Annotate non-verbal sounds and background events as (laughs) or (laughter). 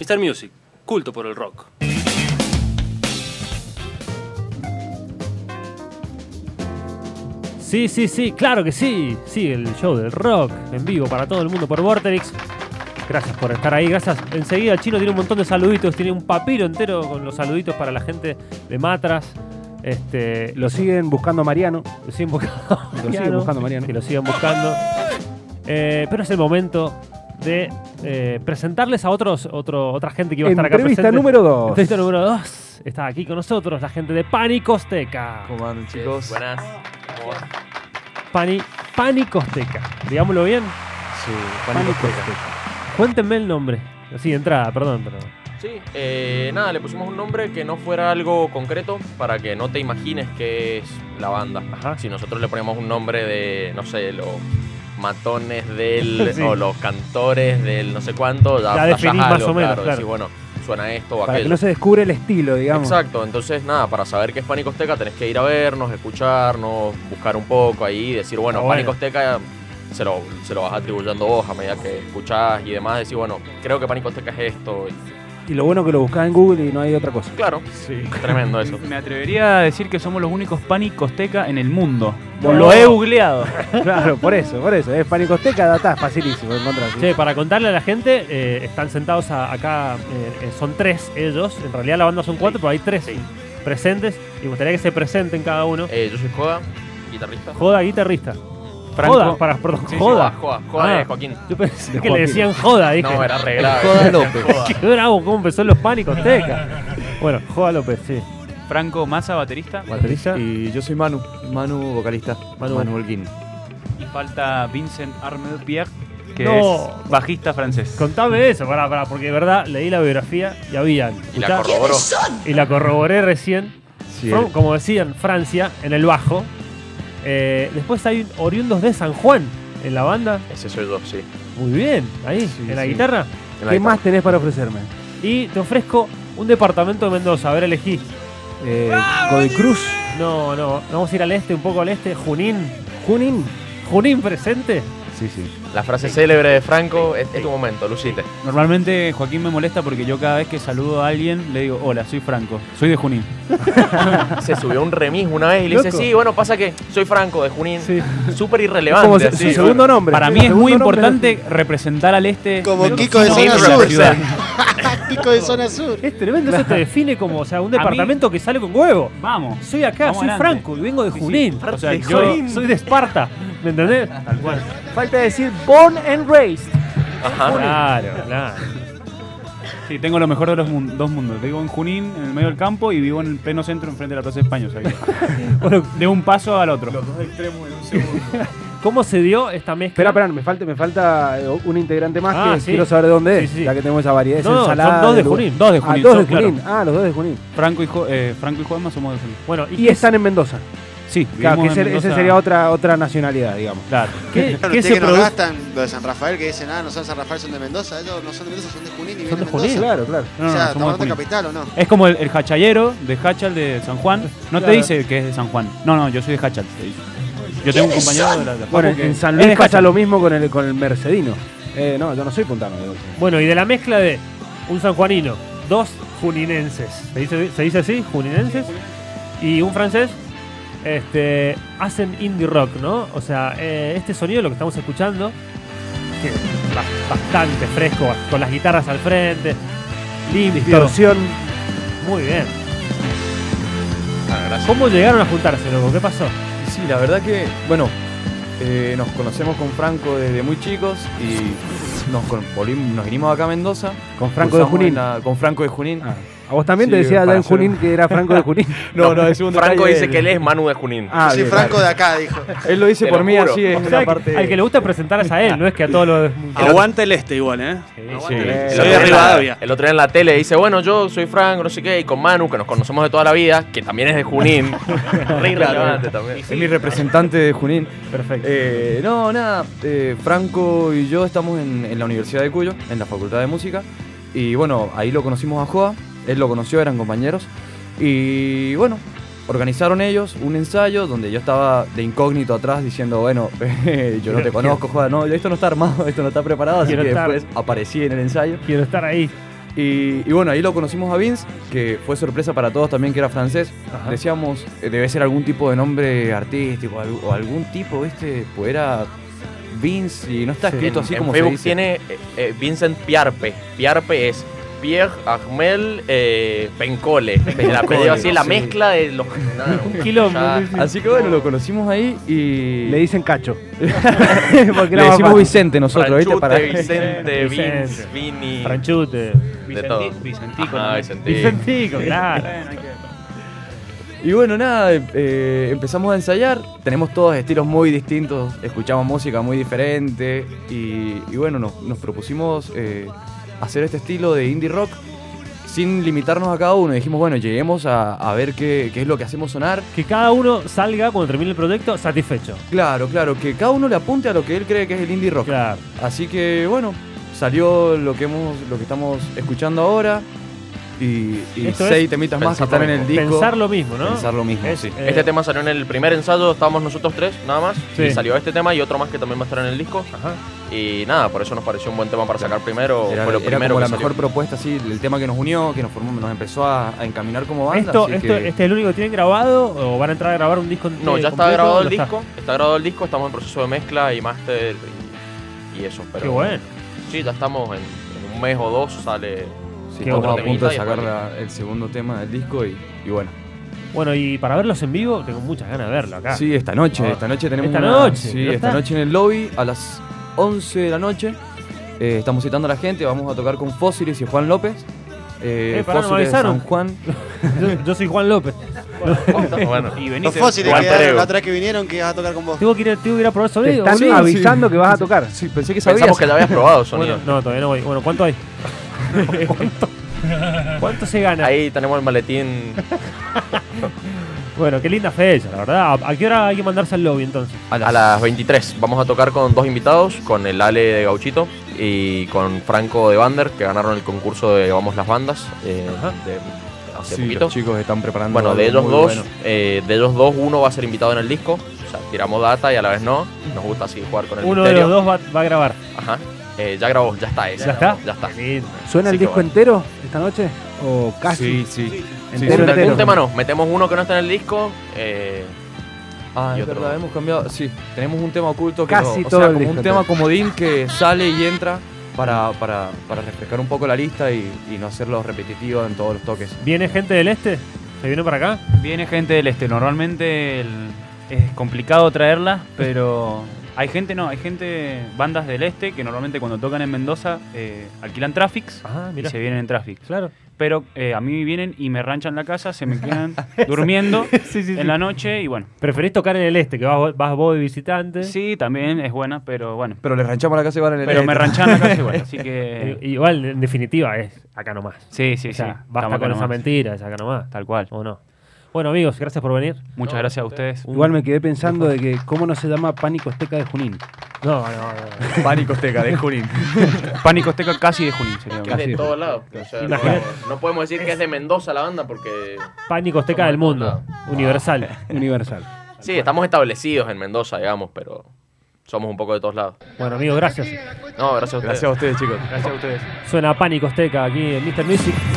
Mr. Music, culto por el rock. Sí, sí, sí, claro que sí. Sí, el show del rock en vivo para todo el mundo por Vorterix. Gracias por estar ahí, gracias. Enseguida el chino tiene un montón de saluditos, tiene un papiro entero con los saluditos para la gente de Matras. Este, Lo siguen buscando a Mariano. lo siguen (laughs) buscando. Lo siguen buscando a Mariano. Que lo sigan buscando. Eh, pero es el momento de eh, presentarles a otros, otro, otra gente que iba a estar acá Entrevista presente. número 2. Entrevista número 2. Está aquí con nosotros la gente de Pani Costeca. ¿Cómo andan, chicos? Buenas. Pani, Pani Costeca. Digámoslo bien. Sí, Pánico Azteca. Cuéntenme el nombre. Sí, entrada, perdón, pero. Sí, eh, nada, le pusimos un nombre que no fuera algo concreto para que no te imagines que es la banda. Ajá. Si nosotros le ponemos un nombre de, no sé, los matones (laughs) del. Sí. o los cantores del no sé cuánto, Ya ya, flashás definís más algo, o menos, decís, claro. bueno, suena esto o Para que aquello. no se descubre el estilo, digamos. Exacto, entonces nada, para saber qué es Pánico Azteca tenés que ir a vernos, escucharnos, buscar un poco ahí, decir, bueno, Ah, bueno. Pánico Azteca se lo, se lo vas atribuyendo vos a medida que escuchás y demás, decir, bueno, creo que Pánico Azteca es esto. y- Y lo bueno que lo buscás en Google y no hay (laughs) otra cosa. claro, tremendo (laughs) eso. Me atrevería a decir que somos los únicos panicosteca en el mundo. No. Lo he googleado. Claro, por eso, por eso. Es Panicosteca, datás, facilísimo encontrar. ¿sí? Che, para contarle a la gente, eh, están sentados a- acá, eh, eh, son tres ellos. En realidad la banda son cuatro, pero hay tres presentes. Y me gustaría que se presenten cada uno. Eh, yo soy Joda, guitarrista. Joda, guitarrista. Franco. Joda, para, perdón, Sí, sí, joda. Joda, Joda Ah. de Joaquín. Yo pensé De que le Joaquín. decían joda, dije. No, era arreglado. Joda López. (laughs) Qué bravo, cómo empezó los pánicos, teca. Bueno, Joda López, sí. Franco Massa, baterista. Baterista. Y yo soy Manu, Manu vocalista, Manu. Manu, Manuel Y falta Vincent Armel Pierre, que No. es bajista francés. Contame eso, pará, pará, porque de verdad leí la biografía y habían. Y la corroboró. y la corroboré recién. From- como decían, Francia, en el bajo. Eh, después hay un- oriundos de San Juan en la banda. Ese soy yo, sí. Muy bien, ahí, Sí, en la sí. guitarra. En la ¿Qué guitarra. más tenés para ofrecerme? Y te ofrezco un departamento de Mendoza. A ver, elegí. Eh, Godoy Cruz, No, no, vamos a ir al este, un poco al este. Junín. Junín. Junín presente. Sí, sí. La frase célebre de Franco es, es tu momento, lucite. Normalmente Joaquín me molesta porque yo cada vez que saludo a alguien le digo, hola, soy Franco, soy de Junín. Se subió un remis una vez y le dice, Loco. sí, bueno, pasa que soy Franco de Junín. Sí. Ah, Súper Es como irrelevante. su, así, su bueno. segundo nombre. Para Su mí es muy segundo nombre. importante representar al este. Como mendocino Kiko de Zona la Sur. ciudad. Pico de zona sur. Es tremendo, eso te define como, o sea, un A mí- departamento que sale con huevo. Vamos. Soy acá, Vamos soy adelante. Franco y vengo de Sí, sí. Junín. O sea, Soy- yo- soy de Esparta, ¿me entendés? Tal cual. Falta decir born and raised. Ajá. Claro, claro. Sí, tengo lo mejor de los mun- dos mundos. Vivo en Junín, en el medio del campo, y vivo en el pleno centro, enfrente de la Plaza de España. o (laughs) sea que- (laughs) Bueno, de un paso al otro. ¿Cómo se dio esta mezcla? Espera, espera, me falta, me falta eh, un integrante más Ah, que sí. quiero saber de dónde es, Sí, sí. ya que tenemos esa variedad. No, no, son ensalada dos de lugar. Junín, dos de Junín, Ah, dos son, de Junín. Ah, los dos de Junín. Franco y, Jo- eh, Franco y Juanma somos de Junín. Bueno, ¿y, Y qué, están en Mendoza. Sí, Claro, que vivimos ese, en ese Mendoza. sería otra, otra nacionalidad, digamos. Claro. qué- Claro, qué ustedes se que nos produce? gastan lo de San Rafael, que dicen, ah, no son San Rafael, son de Mendoza. Ellos no son de Mendoza, son de Junín y vienen de de Junín, Mendoza. Claro, claro. No, no, o no, sea, somos de ¿estamos hablando Junín. de capital o no? Es como el, el hachallero de Hachal de San Juan. No Claro. te dice que es de San Juan. No, no, yo soy de Hachal. te dice. Yo tengo un compañero de la de Bueno, Facu que- en San es Luis de pasa Hachal. lo mismo con el, con el Mercedino. Eh, no, yo no soy puntano. digo. Bueno, y de la mezcla de un sanjuanino, dos juninenses, ¿se dice, se dice así? Juninenses, y un francés, este, hacen indie rock, ¿no? O sea, eh, este sonido, lo que estamos escuchando, que es ba- bastante fresco, con las guitarras al frente, limpio, Distorsión. muy bien. Ah, gracias. ¿Cómo llegaron a juntarse, loco? ¿Qué pasó? Sí, la verdad que, bueno, eh, nos conocemos con Franco desde muy chicos y nos, con- volvimos- nos vinimos acá a Mendoza. Con Franco de Cursamos Junín. en la- con Franco de Junín. Ah, A vos también Sí, te decía allá para en hacer un- Junín que era Franco de Junín. (laughs) No, no, es un Franco detalle dice él. que él es Manu de Junín. Ah, Soy bien, Franco claro. de acá, dijo. Él lo dice Te por lo mí juro. así, es O sea, una que- parte... Al que le gusta presentar es a él, no es que a todos los... Aguanta el este igual, ¿eh? Sí. El Soy otro de día en la- Rivadavia. El otro día en la tele dice, bueno, yo soy Franco, no sé qué, y con Manu, que nos conocemos de toda la vida, que también es de Junín. Re irrelevante también. Es mi representante de Junín. Perfecto. Eh, no, nada, eh, Franco y yo estamos en, en la Universidad de Cuyo, en la Facultad de Música, y bueno, ahí lo conocimos a Joa, él lo conoció, eran compañeros, y bueno, organizaron ellos un ensayo donde yo estaba de incógnito atrás diciendo, bueno, (laughs) yo no te conozco, Joa, no, (laughs) esto no está armado, esto no está preparado, así Quiero que estar. después aparecí en el ensayo. Quiero estar ahí. Y, y bueno, ahí lo conocimos a Vince, que fue sorpresa para todos también que era francés. Ajá. Decíamos, eh, debe ser algún tipo de nombre artístico al- o algún tipo, ¿viste? Pues era Vince y no está Sí. escrito en, así en como se Facebook dice. tiene eh, eh, Vincent Piarpe. Piarpe es Pierre Ahmel eh, Pencole. El apellido así, la sí. mezcla de los. nada, no, quilombo, ya- sí, sí. Así que bueno, lo conocimos ahí y Le dicen (laughs) cacho. (laughs) Porque le era más decimos fácil. Vicente nosotros, ¿viste? Para... Franchute, (laughs) Vicente, Vicente. Vince, Vini. Franchute. De todo. Vicentico. Ajá, ¿no? Vicentico. Vicentico, (laughs) claro. Bueno, hay que- Y bueno, nada, eh, eh, empezamos a ensayar. Tenemos todos estilos muy distintos, escuchamos música muy diferente. Y, y bueno, nos, nos propusimos eh, hacer este estilo de indie rock sin limitarnos a cada uno. Y dijimos, bueno, lleguemos a, a ver qué, qué es lo que hacemos sonar. Que cada uno salga cuando termine el proyecto satisfecho. Claro, claro, que cada uno le apunte a lo que él cree que es el indie rock. Claro. Así que bueno, salió lo que, hemos, lo que estamos escuchando ahora. Y, y Esto es seis temitas más que pensar están lo en el disco. Pensar lo mismo, ¿no? Pensar lo mismo, Es, sí. eh, Este tema salió en el primer ensayo, estábamos nosotros tres, nada más. Sí. Y salió este tema y otro más que también va a estar en el disco. Ajá. Y nada, por eso nos pareció un buen tema para sacar primero. Era, fue lo era primero como que la salió. mejor propuesta, sí, el tema que nos unió, que nos formó, nos empezó a, a encaminar como banda. Esto, así esto, que- ¿Este es el único que tienen grabado o van a entrar a grabar un disco entero No, ya está completo? grabado el Ya está. disco, está. grabado el disco, estamos en proceso de mezcla y máster y, y eso. Pero Qué bueno. Sí, ya estamos en, en un mes o dos, sale. sí, qué estamos bueno. a punto de Y sacar después- la- el segundo tema del disco y, y bueno. Bueno, y para verlos en vivo, tengo muchas ganas de verlo acá. Sí, esta noche, Ah. esta noche tenemos Esta una- noche, Sí, ya esta está. noche en el lobby a las 11 de la noche. eh, estamos citando a la gente, vamos a tocar con Fósiles y Juan López. Eh, Eh, pará, no me Fósiles de avisaron. San Juan. Yo, yo soy Juan López. bueno. Y Los veniste. fósiles Juan quedaron Perego. la otra vez que vinieron que ibas a tocar con vos. Tengo que ir, tengo que ir a probar Te sonido. están boludo. avisando que vas a tocar. Sí, pensé que sabías. Pensamos que ya habías probado sonido. Bueno, no, todavía no voy. Bueno, ¿cuánto (laughs) hay? ¿Cuánto, (laughs) cuánto se gana? Ahí tenemos el maletín. Bueno, qué linda fecha, la verdad. ¿A qué hora hay que mandarse al lobby entonces? A las, 23 vamos a tocar con dos invitados, con el Ale de Gauchito y con Franco de Bander, que ganaron el concurso de Vamos las Bandas eh, Ajá. de- hace Sí, poquito. los chicos están preparando. Bueno, de algo ellos muy dos, bueno. eh, de ellos dos, uno va a ser invitado en el disco. O sea, tiramos data y a la vez no. Nos gusta así jugar con el Uno de misterio. los dos va, va a grabar. Ajá. Eh, ya grabó, ya está ese. ¿Ya está? Ya está. Qué lindo. ¿Suena Así el que disco bueno. entero esta noche? ¿O casi? Sí, sí. Entero, Un, entero. un tema no, metemos uno que no está en el disco. eh, Ah, Y es otro verdad, no. hemos cambiado. Sí, tenemos un tema oculto que Casi no- o todo sea, el como disco un tema entero. comodín que sale y entra para, para, para refrescar un poco la lista y, y no hacerlo repetitivo en todos los toques. ¿Viene gente del este? ¿Se viene para acá? Viene gente del este. Normalmente el- es complicado traerla, pero hay gente, no, hay gente, bandas del este que normalmente cuando tocan en Mendoza eh, alquilan Traffics Ah, y mira. se vienen en Traffics. Claro. Pero eh, a mí vienen y me ranchan la casa, se (laughs) me quedan durmiendo en la noche y bueno. Preferís tocar en el este, que vas, vos- vas vos de visitante. Sí, también es buena, pero bueno. Pero le ranchamos la casa y van en el Pero me extra. ranchan la casa (laughs) igual, así Eh, que... Igual, en definitiva, es acá nomás. Sí, sí, O sea, sí. estamos basta acá con esa nomás. mentira, es acá nomás. Tal cual. ¿O no? Bueno, amigos, gracias por venir. Muchas gracias a ustedes. Igual me quedé pensando de que cómo no se llama Pánico Azteca de Junín. No, no, no. Pánico Azteca de Junín. Pánico Azteca casi de Junín sería. que es de todos lados. O sea, no, Imagínate. no podemos decir que es de Mendoza la banda porque. Pánico Azteca del Mundo, universal. Eh. Universal. Sí, estamos establecidos en Mendoza, digamos, pero somos un poco de todos lados. Bueno, amigos, gracias. No, gracias a ustedes. Gracias a ustedes, chicos. Gracias a ustedes. Suena Pánico Azteca aquí en Mr. Music.